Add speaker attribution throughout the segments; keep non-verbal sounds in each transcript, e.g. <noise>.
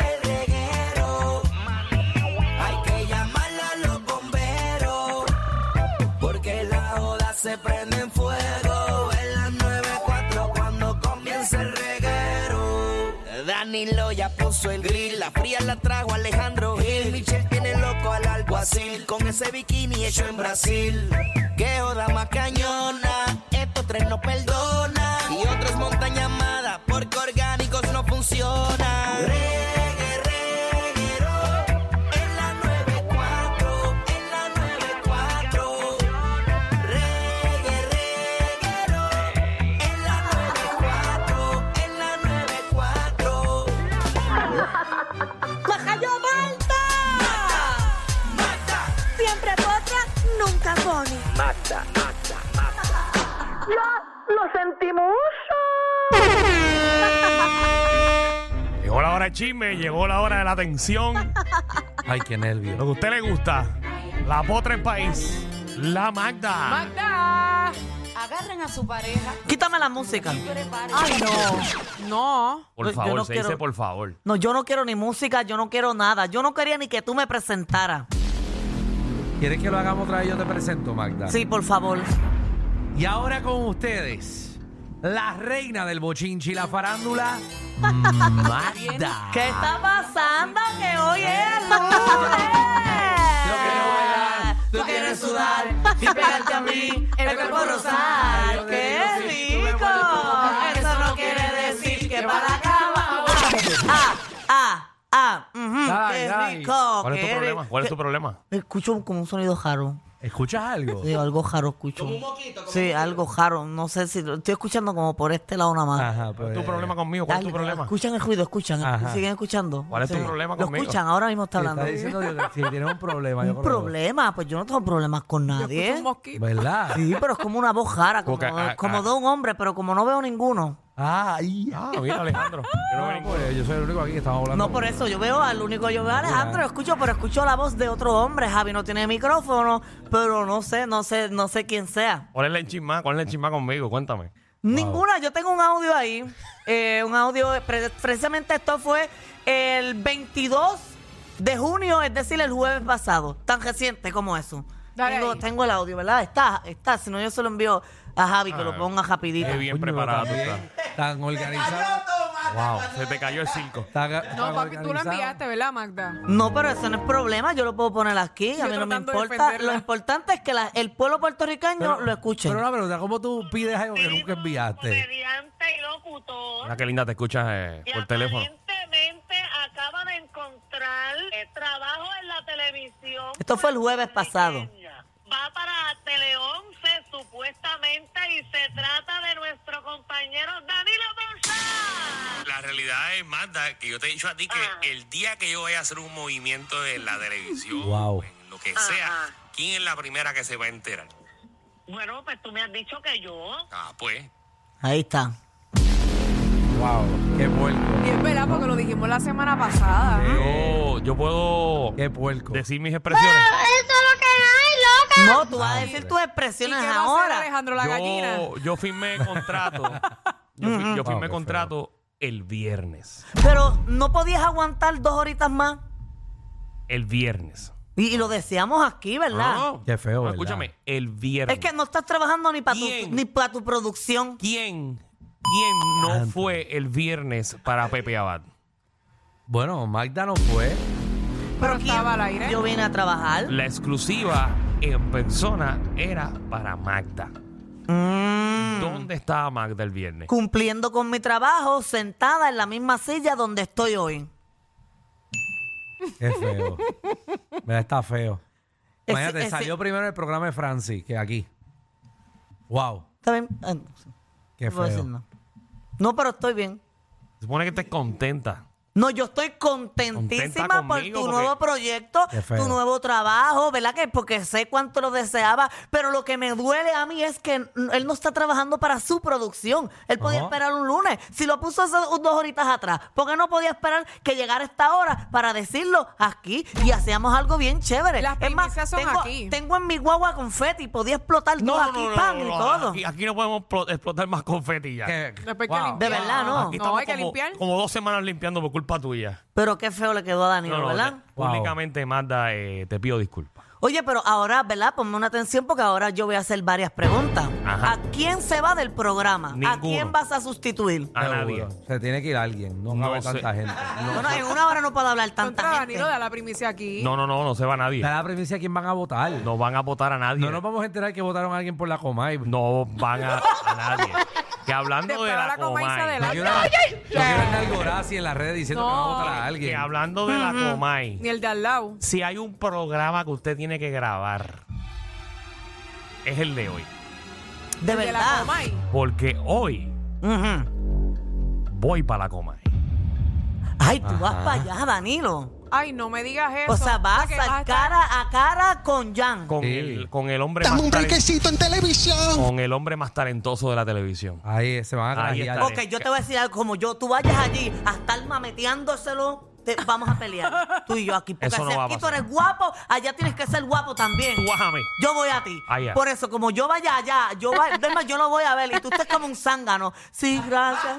Speaker 1: el reguero. Hay que llamar a los bomberos. Porque la oda se prende en fuego. En las 94 cuando comienza el reguero. Danilo ya puso el grill. La fría la trajo Alejandro Gil. Michelle tiene loco al alguacil. Con ese bikini hecho en Brasil. Que oda más cañona. Estos tres no perdona. Y otros montan llamada. Porque orgánicos no funcionan. Reguero, en la 94, en la 94. Regue, reguero, en la 94, en la 94.
Speaker 2: ¡Majayo Malta!
Speaker 1: Mata,
Speaker 2: Siempre potra, nunca pone.
Speaker 3: Llegó la hora del chisme, llegó la hora de la atención. Ay, qué nervio. Lo que a usted le gusta. La potra en país. La Magda.
Speaker 4: Magda, agarren a su pareja.
Speaker 5: Quítame la música.
Speaker 4: Preparen.
Speaker 5: Ay, no. No.
Speaker 3: Por
Speaker 5: Yo- yo
Speaker 3: favor,
Speaker 5: no
Speaker 3: se
Speaker 5: quiero-
Speaker 3: dice por favor.
Speaker 5: No, yo no quiero ni música, yo no quiero nada. Yo no quería ni que tú me presentaras.
Speaker 6: ¿Quieres que lo hagamos otra vez? Yo te presento, Magda.
Speaker 5: Sí, por favor.
Speaker 6: Y ahora con ustedes, la reina del bochinchi y la farándula, Magda.
Speaker 5: ¿Qué está pasando? Que hoy es
Speaker 6: Yo quiero bailar,
Speaker 5: lunes.
Speaker 6: tú quieres sudar y pegarte a mí, el cuerpo rosado. Yo
Speaker 5: rosado.
Speaker 6: te
Speaker 5: ¡Qué
Speaker 6: digo, sí, tú me
Speaker 5: rico!
Speaker 6: vuelves loca.
Speaker 5: Eso no quiere decir que para acá vamos. Ah, ah, ah. ujú,
Speaker 6: Dale,
Speaker 5: ¡Qué
Speaker 6: dale.
Speaker 5: rico!
Speaker 3: ¿Cuál es tu
Speaker 5: qué
Speaker 3: problema?
Speaker 5: ri-
Speaker 3: ¿Cuál es tu problema?
Speaker 5: Escucho como un sonido jaro.
Speaker 6: ¿Escuchas algo?
Speaker 5: Sí, algo jaro escucho. Como un moquito. Sí, algo jaro. No sé si lo estoy escuchando como por este lado nada más.
Speaker 6: Ajá,
Speaker 3: ¿Cuál
Speaker 6: pues.
Speaker 3: es tu problema conmigo? Ah, ¿Cuál es tu
Speaker 5: Algo-
Speaker 3: problema?
Speaker 5: Escuchan el ruido, escuchan.
Speaker 6: Ajá.
Speaker 5: Siguen escuchando.
Speaker 3: ¿Cuál es tu problema
Speaker 5: Lo
Speaker 3: conmigo?
Speaker 5: escuchan, ahora mismo está
Speaker 6: Te
Speaker 5: hablando.
Speaker 6: está diciendo que si tienes un problema. yo
Speaker 5: un
Speaker 6: creo.
Speaker 5: problema, pues yo no tengo problemas con nadie. ¿eh?
Speaker 6: ¿Verdad?
Speaker 5: Sí, pero es como una voz jara, como,
Speaker 3: Porque, ah,
Speaker 5: como
Speaker 3: ah.
Speaker 5: de un hombre, pero como no veo ninguno.
Speaker 6: Ay,
Speaker 3: Ah, mira,
Speaker 5: <laughs>
Speaker 3: Alejandro. Yo no veo
Speaker 6: no,
Speaker 3: ningún-
Speaker 6: pues, yo soy el único aquí que estamos hablando.
Speaker 5: No, por eso yo veo al único, yo veo a Alejandro, escucho, pero escucho la voz de otro hombre. Javi no tiene micrófono, pero no sé, no sé, no sé quién sea.
Speaker 3: ¿Cuál es la enchismada? ¿Cuál es la enchismada conmigo? Cuéntame.
Speaker 5: Ninguna, yo tengo un audio ahí. eh, un audio, pre- precisamente esto fue el 22 de junio, es decir, el jueves pasado. Tan reciente como eso.
Speaker 4: Dale
Speaker 5: Tengo,
Speaker 4: ahí.
Speaker 5: tengo el audio, ¿verdad? Está, está. Si no, yo se lo envío a Javi, que lo ponga rapidito.
Speaker 3: Qué bien
Speaker 6: Coño,
Speaker 3: preparada tú
Speaker 6: tan-
Speaker 3: estás.
Speaker 6: Tan organizado.
Speaker 3: Wow, se te cayó el 5.
Speaker 4: No, papi, tú lo enviaste, ¿verdad, Magda?
Speaker 5: No, pero eso no es problema, yo lo puedo poner aquí, a mí no me
Speaker 4: tratando de
Speaker 5: importa.
Speaker 4: defenderla.
Speaker 5: Lo importante es que la- el pueblo puertorriqueño lo escuche.
Speaker 6: Pero una pregunta, ¿cómo tú pides algo que nunca enviaste?
Speaker 7: comediante y locutor
Speaker 3: Mira qué linda te escuchas eh,
Speaker 7: que
Speaker 3: por teléfono.
Speaker 7: aparentemente acaba de encontrar eh, trabajo en la televisión.
Speaker 5: Esto fue el jueves pasado.
Speaker 7: puertorriqueña. Va para Tele 11 supuestamente y se trata de nuestro compañero Danilo González.
Speaker 8: La realidad es, Magda, que yo te he dicho a ti que el día que yo vaya a hacer un movimiento en la televisión,
Speaker 6: Wow.
Speaker 8: en lo que sea, ¿quién es la primera que se va a enterar?
Speaker 7: Bueno, pues tú me has dicho que yo.
Speaker 8: Ah, pues.
Speaker 5: Ahí está.
Speaker 6: Wow, qué puerco.
Speaker 4: Y es verdad, porque lo dijimos la semana pasada.
Speaker 3: Yo, yo puedo
Speaker 6: Qué puerco.
Speaker 3: decir mis expresiones.
Speaker 4: Ah,
Speaker 5: No, tú vas a decir tus
Speaker 4: ¿Y qué
Speaker 5: expresiones
Speaker 4: va a hacer
Speaker 5: ahora.
Speaker 4: Alejandro la gallina?
Speaker 3: Yo, yo firmé contrato. Yo, fir- yo
Speaker 6: Wow,
Speaker 3: firmé
Speaker 6: Ah, qué
Speaker 3: contrato el viernes.
Speaker 5: Pero no podías aguantar dos horitas más.
Speaker 3: El viernes.
Speaker 5: Y, y lo deseamos aquí, ¿verdad?
Speaker 3: No,
Speaker 6: Qué feo, ¿verdad?
Speaker 3: Escúchame, el viernes.
Speaker 5: Es que no estás trabajando ni para tu,
Speaker 3: Bien.
Speaker 5: ni para tu producción.
Speaker 3: ¿Quién, quién no fue el viernes para Pepe Abad?
Speaker 6: Bueno, Magda no fue.
Speaker 4: Pero estaba al aire.
Speaker 5: Yo vine a trabajar.
Speaker 3: La exclusiva en persona era para Magda.
Speaker 5: Mm.
Speaker 3: ¿Dónde estaba Magda el viernes?
Speaker 5: Cumpliendo con mi trabajo, sentada en la misma silla donde estoy hoy.
Speaker 6: Qué feo. Mira, está feo.
Speaker 5: Ese-
Speaker 6: Imagínate,
Speaker 5: ese-
Speaker 6: salió primero el programa de Francis que aquí. Wow,
Speaker 5: ¿Está bien? Ah, no sé.
Speaker 6: qué
Speaker 5: No puedo decir
Speaker 6: feo.
Speaker 5: nada. No, pero estoy bien.
Speaker 3: Se supone que estés contenta.
Speaker 5: No, yo estoy contentísima
Speaker 3: Contenta
Speaker 5: por
Speaker 3: conmigo,
Speaker 5: tu
Speaker 3: porque-
Speaker 5: nuevo proyecto,
Speaker 6: Qué feo.
Speaker 5: tu nuevo trabajo, ¿verdad? Que porque sé cuánto lo deseaba, pero lo que me duele a mí es que n- él no está trabajando para su producción. Él podía
Speaker 6: Ajá.
Speaker 5: esperar un lunes. Si lo puso hace un- dos horitas atrás, ¿por qué no podía esperar que llegara esta hora para decirlo aquí y hacíamos algo bien chévere?
Speaker 4: Las
Speaker 5: es más,
Speaker 4: primicias son
Speaker 5: tengo,
Speaker 4: aquí.
Speaker 5: tengo en mi guagua confeti, podía explotar todo aquí, pan y todo.
Speaker 3: Aquí, aquí no podemos plo- explotar más confeti ya.
Speaker 6: Que-
Speaker 4: Después que
Speaker 6: wow.
Speaker 5: De verdad, no.
Speaker 3: Aquí
Speaker 4: No,
Speaker 3: estamos
Speaker 4: hay que
Speaker 3: como,
Speaker 4: limpiar.
Speaker 3: como dos semanas limpiando por culpa tuya.
Speaker 5: Pero qué feo le quedó a Danilo,
Speaker 3: No, no,
Speaker 5: ¿verdad?
Speaker 3: te- Públicamente, Magda, eh, te pido disculpas.
Speaker 5: Oye, pero ahora, ¿verdad? Ponme una atención porque ahora yo voy a hacer varias preguntas.
Speaker 3: Ajá.
Speaker 5: ¿A quién se va del programa? ¿A
Speaker 3: Ninguno.
Speaker 5: quién vas a sustituir?
Speaker 3: A nadie.
Speaker 6: Seguro. Se tiene que ir alguien. No,
Speaker 3: No
Speaker 6: cabe
Speaker 3: sé. <laughs>
Speaker 6: tanta gente.
Speaker 5: bueno, en una hora no puedo hablar tanta
Speaker 4: Contra
Speaker 5: gente.
Speaker 4: Danilo da la primicia aquí.
Speaker 3: No, no, no, no se va nadie.
Speaker 6: Da la premisa de quién van a votar. No,
Speaker 3: No van a votar a nadie.
Speaker 6: nos vamos a enterar que votaron a alguien por la Comay.
Speaker 3: No van a, a nadie. Que hablando de
Speaker 4: Después
Speaker 3: la
Speaker 4: la Comay se
Speaker 3: Comay.
Speaker 6: No
Speaker 4: adelanta.
Speaker 6: quiero, no quiero andar Gorazzi en las redes diciendo que van a
Speaker 4: No.
Speaker 6: votar a
Speaker 3: Que
Speaker 6: alguien.
Speaker 3: hablando de la Comay.
Speaker 4: Ni el de al lado.
Speaker 3: Si hay un programa que usted tiene que grabar, es el de hoy.
Speaker 5: De
Speaker 4: El de la
Speaker 5: verdad.
Speaker 4: Comay.
Speaker 3: Porque hoy
Speaker 5: Ujú.
Speaker 3: voy para la Comay.
Speaker 5: Ay, tú vas para allá, Danilo.
Speaker 4: Ay, no me digas eso.
Speaker 5: O sea, vas
Speaker 4: que
Speaker 5: a
Speaker 4: estar-
Speaker 5: cara a cara con Jan.
Speaker 3: Con,
Speaker 6: Sí.
Speaker 3: el, con el hombre más talen-
Speaker 1: en televisión.
Speaker 3: con el hombre más talentoso de la televisión.
Speaker 6: Ahí se van a
Speaker 3: Ahí
Speaker 6: trajear.
Speaker 3: está.
Speaker 5: Ok, yo te voy a decir algo. Como yo, tú vayas allí a estar mameteándoselo, te- vamos
Speaker 3: <laughs>
Speaker 5: a pelear. Tú y yo aquí. Porque
Speaker 3: Eso no
Speaker 5: si
Speaker 3: va a
Speaker 5: aquí tú
Speaker 3: pasar.
Speaker 5: eres guapo, allá tienes que ser guapo también.
Speaker 3: Tú bájame.
Speaker 5: Yo voy a ti.
Speaker 3: Ah, ya.
Speaker 5: Por eso, como yo vaya allá, yo va- es más, yo lo voy a ver. Y tú estás como un zángano. Sí, gracias.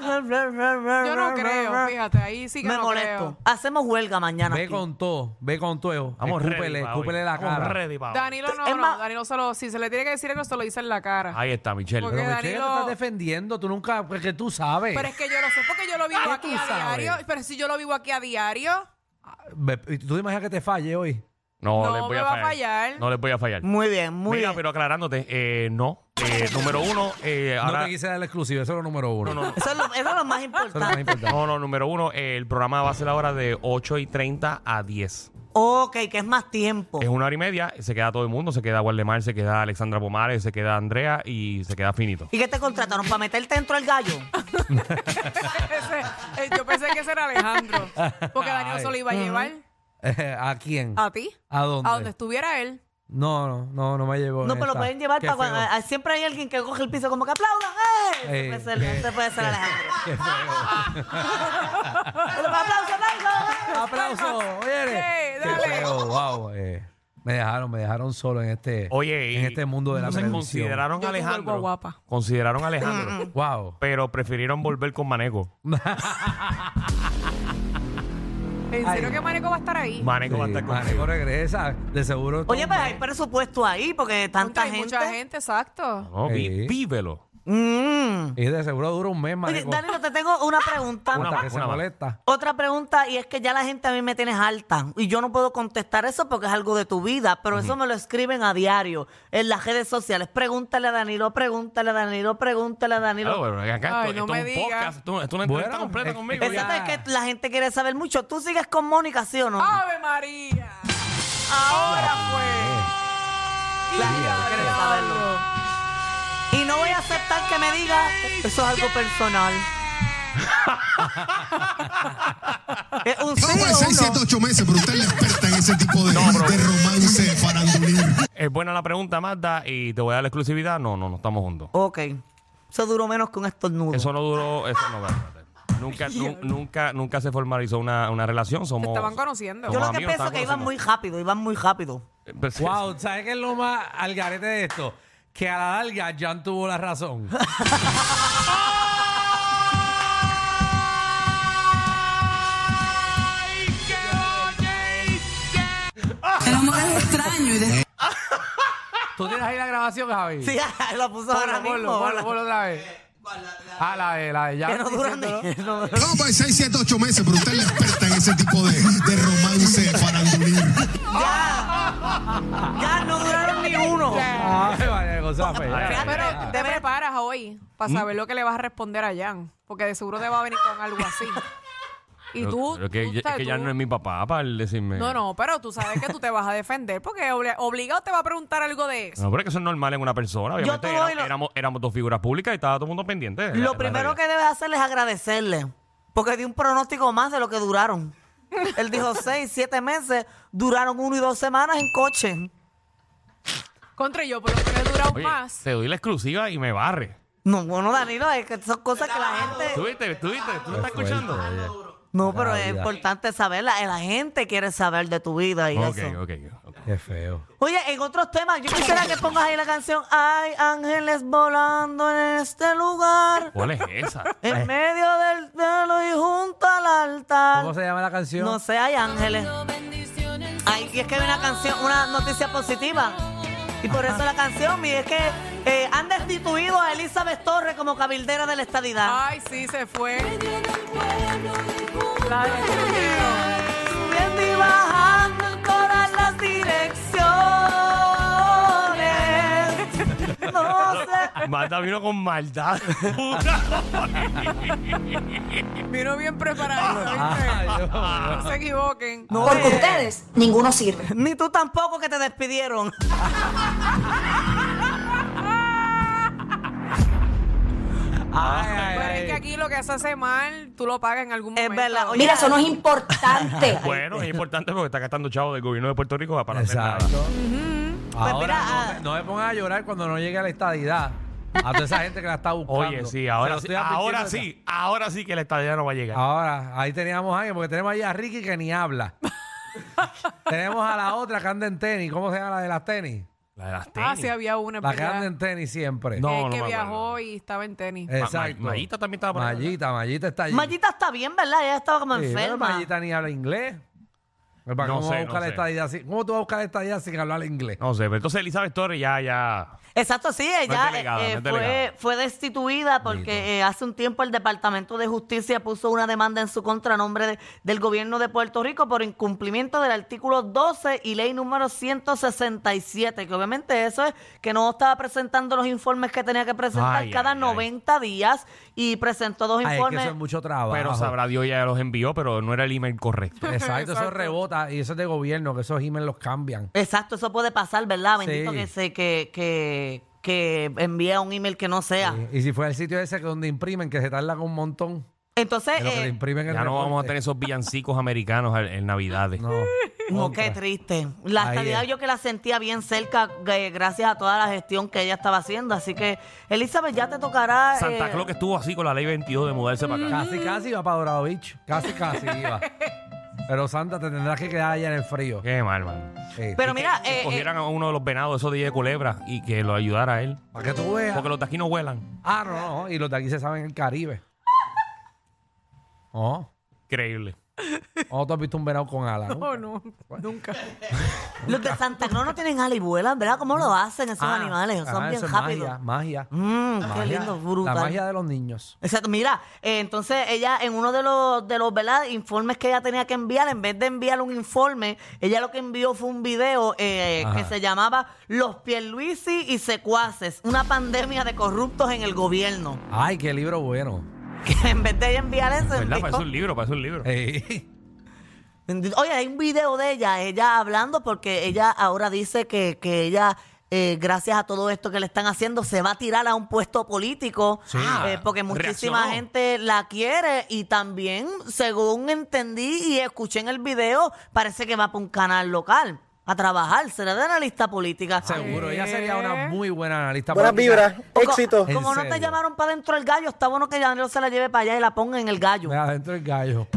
Speaker 4: <laughs> Yo
Speaker 5: Yo
Speaker 4: no creo, fíjate, ahí sí que
Speaker 5: Me
Speaker 4: no
Speaker 5: molesto. Hacemos huelga mañana.
Speaker 6: Ve
Speaker 5: aquí.
Speaker 6: con todo, ve con todo.
Speaker 3: Vamos
Speaker 6: escúpele,
Speaker 3: ready pa' hoy.
Speaker 6: escúpele la
Speaker 3: Vamos
Speaker 6: cara.
Speaker 3: ready pa'
Speaker 4: creo.
Speaker 3: hoy.
Speaker 4: Danilo no,
Speaker 5: Es
Speaker 4: no,
Speaker 5: más-
Speaker 4: Danilo solo, si se le tiene que decir algo, se lo dice en la cara.
Speaker 3: Ahí está, Michelle.
Speaker 4: Porque-
Speaker 6: Pero Michelle,
Speaker 4: Danilo-
Speaker 6: te estás defendiendo, tú nunca, porque tú sabes.
Speaker 4: Pero es que yo lo sé porque yo lo vivo
Speaker 6: ¿Qué
Speaker 4: aquí
Speaker 6: tú
Speaker 4: a
Speaker 6: sabes?
Speaker 4: diario. Pero si yo lo vivo aquí a diario, <laughs>
Speaker 6: Ve- ¿Tú te imaginas que te falle hoy?
Speaker 3: No,
Speaker 4: No
Speaker 3: les voy
Speaker 4: me
Speaker 3: a
Speaker 4: va a
Speaker 3: fallar.
Speaker 4: fallar.
Speaker 3: No les voy a fallar.
Speaker 5: Muy bien, muy
Speaker 3: Mira,
Speaker 5: bien.
Speaker 3: pero aclarándote, eh, no. Eh, número uno, eh,
Speaker 6: No
Speaker 3: ahora.
Speaker 6: te quise dar la exclusiva, eso es lo número uno.
Speaker 3: no, no.
Speaker 5: Eso es lo, eso es lo más
Speaker 6: Eso es lo más
Speaker 5: importante.
Speaker 6: importante.
Speaker 3: No, no, número uno, eh, el programa va a ser ahora de 8 y 30 a 10.
Speaker 5: ok, que es más tiempo.
Speaker 3: Es una hora y media, se queda todo el mundo, se queda Waldemar, se queda Alexandra Pomares, se queda Andrea y se queda Finito.
Speaker 5: ¿Y qué te contrataron? ¿Para meterte dentro del gallo?
Speaker 4: ese- eh, yo pensé que ese era Alejandro. Porque Danilo
Speaker 6: Ay.
Speaker 4: solo iba a llevar
Speaker 6: Eh, <laughs> ¿A quién?
Speaker 4: a ti.
Speaker 6: ¿A dónde?
Speaker 4: A donde estuviera él.
Speaker 6: No, no, no, no me llevó.
Speaker 5: No, pero
Speaker 6: esta.
Speaker 5: pueden llevar
Speaker 6: Qué
Speaker 5: para
Speaker 6: feo.
Speaker 5: cuando- a- Siempre hay alguien que coge el piso como que aplaudan. ¡Eh!
Speaker 6: Eh,
Speaker 5: Ese puede ser,
Speaker 6: qué-
Speaker 5: ese puede ser
Speaker 6: qué-
Speaker 5: Alejandro.
Speaker 6: qué feo.
Speaker 5: <laughs> ¡Aplauso, aplauso! <laughs>
Speaker 6: ¡Aplauso! Oye,
Speaker 4: Sí,
Speaker 6: qué
Speaker 4: dale.
Speaker 6: feo, wow. eh. Me dejaron, me dejaron solo en este,
Speaker 3: Oye,
Speaker 6: en
Speaker 3: y-
Speaker 6: este mundo de la
Speaker 3: entonces
Speaker 6: televisión.
Speaker 3: consideraron
Speaker 4: Yo
Speaker 3: a
Speaker 4: te vuelvo
Speaker 3: Alejandro.
Speaker 4: guapa. Ah,
Speaker 3: Consideraron a Alejandro,
Speaker 6: Wow.
Speaker 3: pero prefirieron volver con Maneco.
Speaker 4: ¿En serio que Maneco va a estar ahí?
Speaker 3: Maneco va a
Speaker 6: Sí,
Speaker 3: estar con
Speaker 6: Maneco regresa, de seguro.
Speaker 5: Oye, pues
Speaker 6: para
Speaker 5: hay presupuesto ahí porque tanta
Speaker 4: Hay mucha gente, exacto.
Speaker 3: No, vi-
Speaker 6: Sí.
Speaker 3: vívelo.
Speaker 5: Mm.
Speaker 6: Y de seguro dura un mes,
Speaker 5: Oye,
Speaker 6: Maneco.
Speaker 5: Danilo, te tengo una pregunta.
Speaker 6: Hasta
Speaker 3: Una-
Speaker 6: que se
Speaker 3: más.
Speaker 6: molesta.
Speaker 5: Otra pregunta, y es que ya la gente a mí me tienes alta. Y yo no puedo contestar eso porque es algo de tu vida, pero eso me lo escriben a diario en las redes sociales. Pregúntale a Danilo, pregúntale a Danilo, pregúntale a
Speaker 3: Claro,
Speaker 5: Danilo.
Speaker 3: pero Ah, acá
Speaker 4: Ay,
Speaker 3: esto,
Speaker 4: no
Speaker 3: esto
Speaker 4: me
Speaker 3: es un
Speaker 4: digas.
Speaker 3: podcast, esto, esto es una entrevista
Speaker 6: Bueno,
Speaker 3: completa
Speaker 6: es-
Speaker 3: conmigo.
Speaker 6: es-
Speaker 3: ya.
Speaker 5: Eso es que la gente quiere saber mucho. ¿Tú sigues con Mónica, sí o no? Ah,
Speaker 4: ¡Ave María! Ahora
Speaker 5: Pues.
Speaker 6: Eh.
Speaker 4: fue.
Speaker 5: la gente quiere saberlo. Y no voy a aceptar que me diga, eso es algo <laughs> personal. Es un sí
Speaker 9: Vamos
Speaker 5: o
Speaker 9: de
Speaker 5: un
Speaker 9: 6,
Speaker 5: no.
Speaker 9: 7, 8 meses, pero usted es la experta en ese tipo de, de romance farandulir.
Speaker 3: Es buena la pregunta, Magda, y te voy a dar la exclusividad. No, no, no estamos juntos.
Speaker 5: Ok. Eso duró menos que un estornudo.
Speaker 3: Eso no duró, eso no, espérate. Nunca, nu- nunca, nunca se formalizó una, una relación.
Speaker 4: Se
Speaker 3: Somos.
Speaker 4: estaban conociendo.
Speaker 5: Yo
Speaker 3: Como
Speaker 5: lo que
Speaker 3: amigos,
Speaker 5: pienso
Speaker 3: estaba
Speaker 5: que iban
Speaker 3: conociendo.
Speaker 5: muy rápido, iban muy rápido.
Speaker 3: Eh, pues, sí,
Speaker 6: Wow, ¿sabes qué es lo más al garete de esto? Que a la larga Jan tuvo la
Speaker 5: <laughs>
Speaker 6: razón.
Speaker 10: El amor es extraño y de-
Speaker 6: ¿Tú tienes ahí la grabación, Javi?
Speaker 5: Sí, <laughs> lo puso ahora
Speaker 6: Ponlo,
Speaker 5: mismo.
Speaker 6: ponlo, ponlo,
Speaker 5: ahora.
Speaker 6: ponlo otra vez. Ah, la de, la de Jan.
Speaker 5: Que no duran ni...
Speaker 6: diciéndolo.
Speaker 5: no-
Speaker 9: Vamos de 6, 7, 8 meses, pero usted es la experta en ese tipo de, de romance farandulir.
Speaker 5: <laughs> ya no duraron ni uno.
Speaker 6: <laughs> Ay, vale, González.
Speaker 3: Fíjate,
Speaker 4: Pero
Speaker 6: Ah,
Speaker 4: te preparas hoy
Speaker 3: ¿Mm?
Speaker 4: para saber lo que le vas a responder a Jan. Porque de seguro te va a venir con algo así. Y
Speaker 3: pero-
Speaker 4: tú.
Speaker 3: pero que,
Speaker 4: tú
Speaker 3: ya- es
Speaker 4: estás-
Speaker 3: que ya
Speaker 4: tú-
Speaker 3: no es mi papá para él decirme.
Speaker 4: No, no, pero tú sabes que tú te vas a defender porque obli- obligado te va a preguntar algo de eso.
Speaker 3: No, pero es que eso es normal en una persona.
Speaker 5: Yo
Speaker 3: Obviamente
Speaker 5: te doy
Speaker 3: era-
Speaker 5: lo-
Speaker 3: éramos, éramos dos figuras públicas y estaba todo el mundo pendiente. de la-
Speaker 5: Lo
Speaker 3: la
Speaker 5: primero
Speaker 3: realidad.
Speaker 5: que debes hacer es agradecerle. Porque dio un pronóstico más de lo que duraron.
Speaker 6: <laughs>
Speaker 5: Él dijo seis, siete meses, duraron uno y dos semanas en coche.
Speaker 4: Contra yo, por lo que he durado
Speaker 3: Oye,
Speaker 4: más.
Speaker 3: te doy la exclusiva y me barre.
Speaker 5: No, bueno, Danilo, es que son cosas que la gente.
Speaker 3: ¿Tú viste? ¿Tú viste? ¿Tú lo estás escuchando?
Speaker 5: Ah, No, pero es
Speaker 3: Ay, ay.
Speaker 5: importante saberla. La gente quiere saber de tu vida y
Speaker 3: Ok,
Speaker 5: eso.
Speaker 3: ok, ok. Qué feo.
Speaker 5: Oye, en otros temas, yo quisiera que pongas ahí la canción Hay ángeles volando en este lugar.
Speaker 6: ¿Cuál es esa?
Speaker 5: En medio del cielo y junto al altar.
Speaker 6: ¿Cómo se llama la canción?
Speaker 5: No sé, hay ángeles. Ay, y es que hay una canción, una noticia positiva. Y por eso la canción, y es que eh, han destituido a Elizabeth Torres como cabildera de la estadidad.
Speaker 4: Ay, sí, se fue. La destruyeron.
Speaker 5: Subiendo y bajando en todas las direcciones. No sé.
Speaker 3: Maldad vino con maldad.
Speaker 4: Vino bien preparado,
Speaker 3: Ah,
Speaker 4: ¿viste? No se equivoquen.
Speaker 5: Porque
Speaker 2: ustedes, ninguno sirve.
Speaker 5: Ni tú tampoco que te despidieron.
Speaker 6: Ay,
Speaker 4: Pero es
Speaker 6: ay,
Speaker 3: eh.
Speaker 4: que
Speaker 6: ay.
Speaker 4: aquí lo que se hace mal, tú lo pagas en algún
Speaker 5: Es
Speaker 4: momento.
Speaker 5: verdad. Oye,
Speaker 2: Mira, eso no es importante.
Speaker 3: bueno, es importante porque está gastando chavo del gobierno de Puerto Rico para no hacer nada.
Speaker 6: Exacto.
Speaker 3: Pues
Speaker 5: mira,
Speaker 6: Ahora no
Speaker 5: ah.
Speaker 6: me- no me pongas a llorar cuando no llegue a la estadidad. A toda esa gente que la está
Speaker 3: <laughs>
Speaker 6: buscando.
Speaker 3: Oye, sí,
Speaker 6: Se
Speaker 3: ahora
Speaker 6: la
Speaker 3: sí,
Speaker 6: estoy Ah. advirtiendo
Speaker 3: ahora
Speaker 6: ya.
Speaker 3: sí, ahora sí que la estadía no va a llegar.
Speaker 6: Ahora, ahí teníamos a alguien, porque tenemos ahí a Ricky que
Speaker 3: <laughs>
Speaker 6: ni habla. tenemos a la otra que anda en tenis. ¿Cómo se llama la de las tenis?
Speaker 3: La de las tenis.
Speaker 4: Ah, sí, había una. es
Speaker 6: La que
Speaker 4: verdad.
Speaker 6: anda en tenis siempre.
Speaker 3: No,
Speaker 4: Eh,
Speaker 3: no
Speaker 4: que
Speaker 3: me
Speaker 4: viajó
Speaker 3: acuerdo. Eh,
Speaker 4: y estaba en tenis.
Speaker 6: Exacto.
Speaker 3: Ma- Ma- Mayita también estaba por ahí, ¿verdad?
Speaker 6: Mayita, Mayita está allí.
Speaker 5: Mayita está bien, ¿verdad? Ella estaba como
Speaker 6: Sí, pero
Speaker 5: enferma.
Speaker 6: Mayita ni habla inglés. Pero ¿para
Speaker 3: No sé,
Speaker 6: ¿Cómo, va a
Speaker 3: no
Speaker 6: buscar la
Speaker 3: sé.
Speaker 6: estadidad sin- ¿Cómo tú vas a buscar la estadidad sin hablar inglés?
Speaker 3: No sé, pero entonces Elizabeth Torres ya, ya.
Speaker 5: Exacto, sí, ella
Speaker 3: es delegada,
Speaker 5: eh,
Speaker 3: no es
Speaker 5: fue,
Speaker 3: delegada.
Speaker 5: fue destituida porque eh, hace un tiempo el Departamento de Justicia puso una demanda en su contra a nombre de- del gobierno de Puerto Rico por incumplimiento del artículo 12 y ley número 167, que obviamente eso es que no estaba presentando los informes que tenía que presentar
Speaker 3: Ay,
Speaker 5: cada
Speaker 3: ay, ay.
Speaker 5: 90 días y presentó dos
Speaker 6: Ay, es que
Speaker 5: informes.
Speaker 6: eso es mucho trabajo.
Speaker 3: Pero sabrá Dios ya los envió, pero no era el email correcto.
Speaker 6: Exacto, eso rebota y eso es de gobierno, que esos emails los cambian.
Speaker 5: Exacto, eso puede pasar, ¿verdad? Bendito
Speaker 6: Sí.
Speaker 5: que se que, que, que envía un email que no sea.
Speaker 6: Eh, Y, y si fue el sitio ese que donde imprimen, que se tarda un montón,
Speaker 5: Entonces,
Speaker 6: de lo que
Speaker 5: eh,
Speaker 6: le imprimen el
Speaker 3: Ya no vamos a
Speaker 6: reporte.
Speaker 3: tener esos villancicos americanos al- en Navidades.
Speaker 6: No.
Speaker 5: No,
Speaker 6: Contra.
Speaker 5: qué triste. La
Speaker 6: Ahí
Speaker 5: estabilidad
Speaker 6: es.
Speaker 5: yo que la sentía bien cerca eh, gracias a toda la gestión que ella estaba haciendo. Así que, Elizabeth, ya te tocará...
Speaker 3: Santa
Speaker 5: eh,
Speaker 3: Claus que estuvo así con la ley 22 de mudarse para acá.
Speaker 6: Casi, casi iba para Dorado Beach. Casi, casi
Speaker 5: <laughs>
Speaker 6: iba. Pero Santa, te tendrás que quedar allá en el frío.
Speaker 3: Qué mal, man.
Speaker 6: Sí.
Speaker 5: mm. Pero mira,
Speaker 3: Que
Speaker 5: eh, eh,
Speaker 3: cogieran a uno de los venados, esos de allí de culebra, y que lo ayudara a él.
Speaker 6: Para que tú veas.
Speaker 3: Porque los de aquí no vuelan.
Speaker 6: Ah, no, no. Y los de aquí se saben el Caribe. Oh.
Speaker 3: Increíble.
Speaker 6: ¿O tú has visto un venado con alas?
Speaker 5: <laughs>
Speaker 6: ¿no?
Speaker 4: No, no, nunca.
Speaker 5: los de Santa Claus no tienen ala y vuelan, ¿verdad? ¿Cómo lo hacen esos
Speaker 6: Ah,
Speaker 5: animales? Son
Speaker 6: ah,
Speaker 5: bien
Speaker 6: eso es
Speaker 5: rápidos.
Speaker 6: Magia, magia.
Speaker 5: Mm, qué
Speaker 6: Magia.
Speaker 5: lindo, brutal.
Speaker 6: La magia de los niños.
Speaker 5: Exacto, mira, eh, entonces ella en uno de los, de los ¿verdad? informes que ella tenía que enviar, en vez de enviar un informe, ella lo que envió fue un video eh,
Speaker 6: Ajá.
Speaker 5: que se llamaba Los Pierluisi y Secuaces, una pandemia de corruptos en el gobierno. <laughs>
Speaker 6: Ay, qué libro bueno. <laughs>
Speaker 5: Que en vez de ella enviar eso,
Speaker 3: ¿Verdad?
Speaker 5: envió-
Speaker 3: Parece un libro, parece un
Speaker 6: Eh.
Speaker 3: libro.
Speaker 6: Ey.
Speaker 5: Oye, hay un video de ella, ella hablando, porque ella ahora dice que, que ella, eh, gracias a todo esto que le están haciendo, se va a tirar a un puesto político,
Speaker 3: Sí.
Speaker 5: eh,
Speaker 6: Ah,
Speaker 5: porque muchísima
Speaker 3: Reaccionó.
Speaker 5: gente la quiere y también, según entendí y escuché en el video, parece que va para un canal local a trabajar, será de analista política.
Speaker 6: Seguro, ella sería una muy buena analista.
Speaker 11: Buenas
Speaker 6: política.
Speaker 11: vibras,
Speaker 5: Co-
Speaker 11: éxito.
Speaker 6: ¿En
Speaker 5: Como no te
Speaker 6: serio?
Speaker 5: llamaron para dentro del gallo, está bueno que Danilo se la lleve para allá y la ponga en el gallo.
Speaker 6: Mira, adentro el gallo.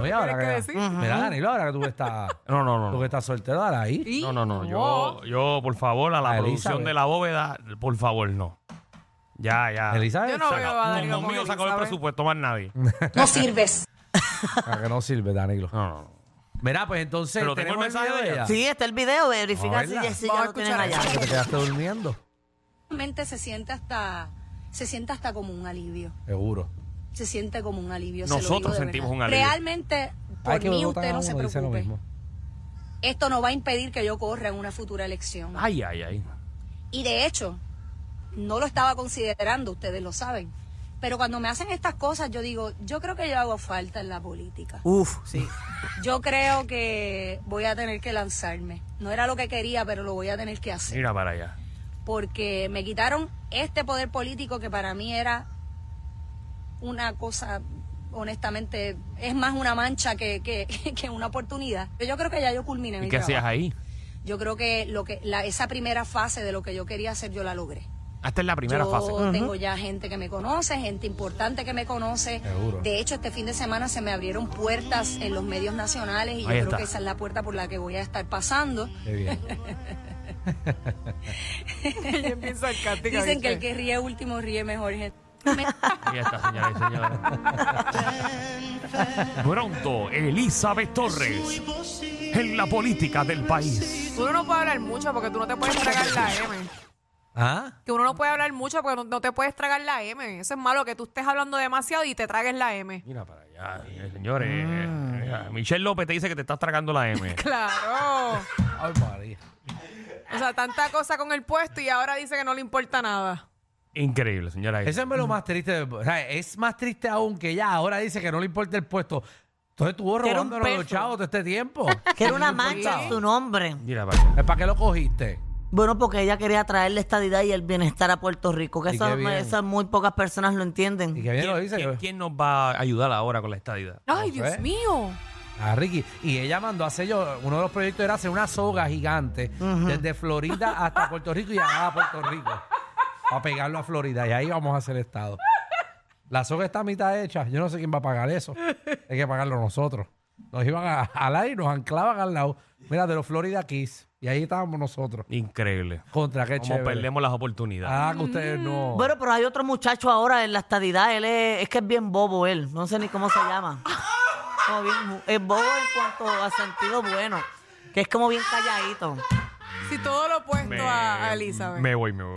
Speaker 6: Oye, ahora
Speaker 4: ¿Qué
Speaker 6: que,
Speaker 4: decir?
Speaker 6: mira, Danilo, ahora que
Speaker 3: <laughs>
Speaker 6: tú estás,
Speaker 3: No, no,
Speaker 6: tú
Speaker 3: no.
Speaker 6: que
Speaker 3: no.
Speaker 6: estás soltero, dale ahí.
Speaker 4: Y-
Speaker 3: No, no, no.
Speaker 4: Oh.
Speaker 3: Yo, yo, por favor, a la
Speaker 6: A
Speaker 3: producción
Speaker 6: Elizabeth.
Speaker 3: de la bóveda, por favor, no. Ya, ya.
Speaker 6: Elizabeth,
Speaker 4: Yo no
Speaker 6: saca-
Speaker 4: veo a Danilo con
Speaker 3: Conmigo sacó el
Speaker 4: Elizabeth.
Speaker 3: presupuesto, más nadie.
Speaker 2: No sirves.
Speaker 6: para que no sirve, Danilo.
Speaker 3: No, no, no.
Speaker 6: Mira, pues entonces
Speaker 3: Pero tengo el
Speaker 6: tenemos el
Speaker 3: mensaje
Speaker 6: video
Speaker 3: de
Speaker 6: de ella.
Speaker 3: ella.
Speaker 5: Sí, está el video, verifica
Speaker 6: Hola.
Speaker 5: si, si ya
Speaker 4: Vamos a
Speaker 5: lo tienen
Speaker 4: escuchar
Speaker 5: allá.
Speaker 4: eso.
Speaker 6: Que te quedaste durmiendo,
Speaker 10: Realmente se siente hasta, se siente hasta como un alivio.
Speaker 6: seguro.
Speaker 10: Se siente como un alivio. se lo
Speaker 3: Nosotros
Speaker 10: digo de
Speaker 3: sentimos
Speaker 10: verdad.
Speaker 3: un alivio.
Speaker 10: Realmente, por
Speaker 6: Ay, que
Speaker 10: mí
Speaker 6: me
Speaker 10: usted
Speaker 6: votan a
Speaker 10: no se
Speaker 6: uno, dice lo
Speaker 10: preocupe.
Speaker 6: mismo.
Speaker 10: Esto no va a impedir que yo corra en una futura elección.
Speaker 3: Ay, ay, ay.
Speaker 10: Y de hecho, no lo estaba considerando, ustedes lo saben. Pero cuando me hacen estas cosas, yo digo, yo creo que yo hago falta en la política.
Speaker 5: Uf, sí.
Speaker 10: <laughs> Yo creo que voy a tener que lanzarme. No era lo que quería, pero lo voy a tener que hacer.
Speaker 3: Mira para allá.
Speaker 10: Porque me quitaron este poder político que para mí era una cosa, honestamente, es más una mancha que, que, que una oportunidad. Pero Yo creo que ya yo culminé mi
Speaker 3: ¿Y qué hacías
Speaker 10: trabajo.
Speaker 3: ahí?
Speaker 10: este Yo creo que, lo que la, esa primera fase de lo que yo quería hacer, yo la logré.
Speaker 3: Esta es la primera
Speaker 10: yo
Speaker 3: fase.
Speaker 10: tengo ya gente que me conoce, gente importante que me conoce.
Speaker 3: Seguro.
Speaker 10: De hecho, este fin de semana se me abrieron puertas en los medios nacionales y yo
Speaker 3: Ahí
Speaker 10: creo
Speaker 3: está.
Speaker 10: que esa es la puerta por la que voy a estar pasando.
Speaker 6: Qué bien.
Speaker 4: Ella <laughs> bien sarcástica,
Speaker 10: Dicen que el
Speaker 4: ¿viste?
Speaker 10: que ríe último ríe mejor. gente.
Speaker 3: Ahí está, señoras y señores.
Speaker 10: <laughs>
Speaker 3: Pronto, Elizabeth Torres. En la política del país.
Speaker 4: Tú no puedes hablar mucho porque tú no te puedes tragar la M.
Speaker 6: ¿Ah?
Speaker 4: Que uno no puede hablar mucho porque no, no te puedes tragar la M. Eso es malo, que tú estés hablando demasiado y te tragues la M. <laughs>
Speaker 3: Mira para allá, eh, señores.
Speaker 6: Mm.
Speaker 3: Eh, Michelle López te dice que te estás tragando la M.
Speaker 6: <laughs>
Speaker 4: Claro.
Speaker 6: Ay, María.
Speaker 4: O sea, tanta cosa con el puesto y ahora dice que no le importa nada.
Speaker 3: Increíble, señora.
Speaker 6: Eso es lo más triste. de- o sea, es más triste aún que ya ahora dice que no le importa el puesto. Entonces estuvo
Speaker 5: Que era un
Speaker 6: robándonos los
Speaker 5: peso.
Speaker 6: chavos todo este tiempo. <laughs>
Speaker 5: Que era
Speaker 6: No
Speaker 5: una
Speaker 6: le
Speaker 5: mancha en
Speaker 6: importaba.
Speaker 5: su nombre.
Speaker 3: Mira para allá.
Speaker 6: ¿Para qué lo cogiste?
Speaker 5: Bueno, porque ella quería traer la estadidad y el bienestar a Puerto Rico, que
Speaker 6: Y
Speaker 5: eso,
Speaker 6: qué bien.
Speaker 5: eso muy pocas personas lo
Speaker 6: Y
Speaker 5: entienden.
Speaker 6: que bien lo
Speaker 3: ¿Quién,
Speaker 6: dice. eh.
Speaker 3: quién-
Speaker 6: que-
Speaker 3: quién nos va a ayudar ahora con la estadidad?
Speaker 4: Ay,
Speaker 6: No
Speaker 4: Dios
Speaker 6: sé.
Speaker 4: mío.
Speaker 6: A Ricky. Y ella mandó a hacer yo, uno de los proyectos era hacer una soga gigante desde Florida hasta Puerto Rico y llegaba a Puerto Rico. Para pegarlo a Florida. Y ahí vamos a hacer estado. La soga está a mitad hecha. Yo no sé quién va a pagar eso. Hay que pagarlo nosotros. Nos iban a, al aire y nos anclaban al lado. Mira, de los Florida Keys. Y ahí estábamos nosotros.
Speaker 3: Increíble.
Speaker 6: Contra qué
Speaker 3: Como
Speaker 6: chévere.
Speaker 3: perdemos las oportunidades.
Speaker 6: Ah, que ustedes no.
Speaker 5: Bueno, pero hay otro muchacho ahora en la estadidad, él es, es que es bien bobo él, no sé ni cómo se llama. Como bien- es bobo en cuanto a sentido bueno, que es como bien calladito.
Speaker 4: Si todo lo opuesto a, a Elizabeth.
Speaker 3: me voy, me voy.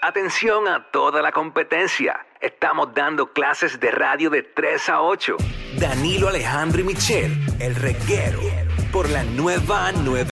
Speaker 11: Atención a toda la competencia. Estamos dando clases de radio de 3 a 8. Danilo Alejandro y Michel, el reguero, por la nueva 9.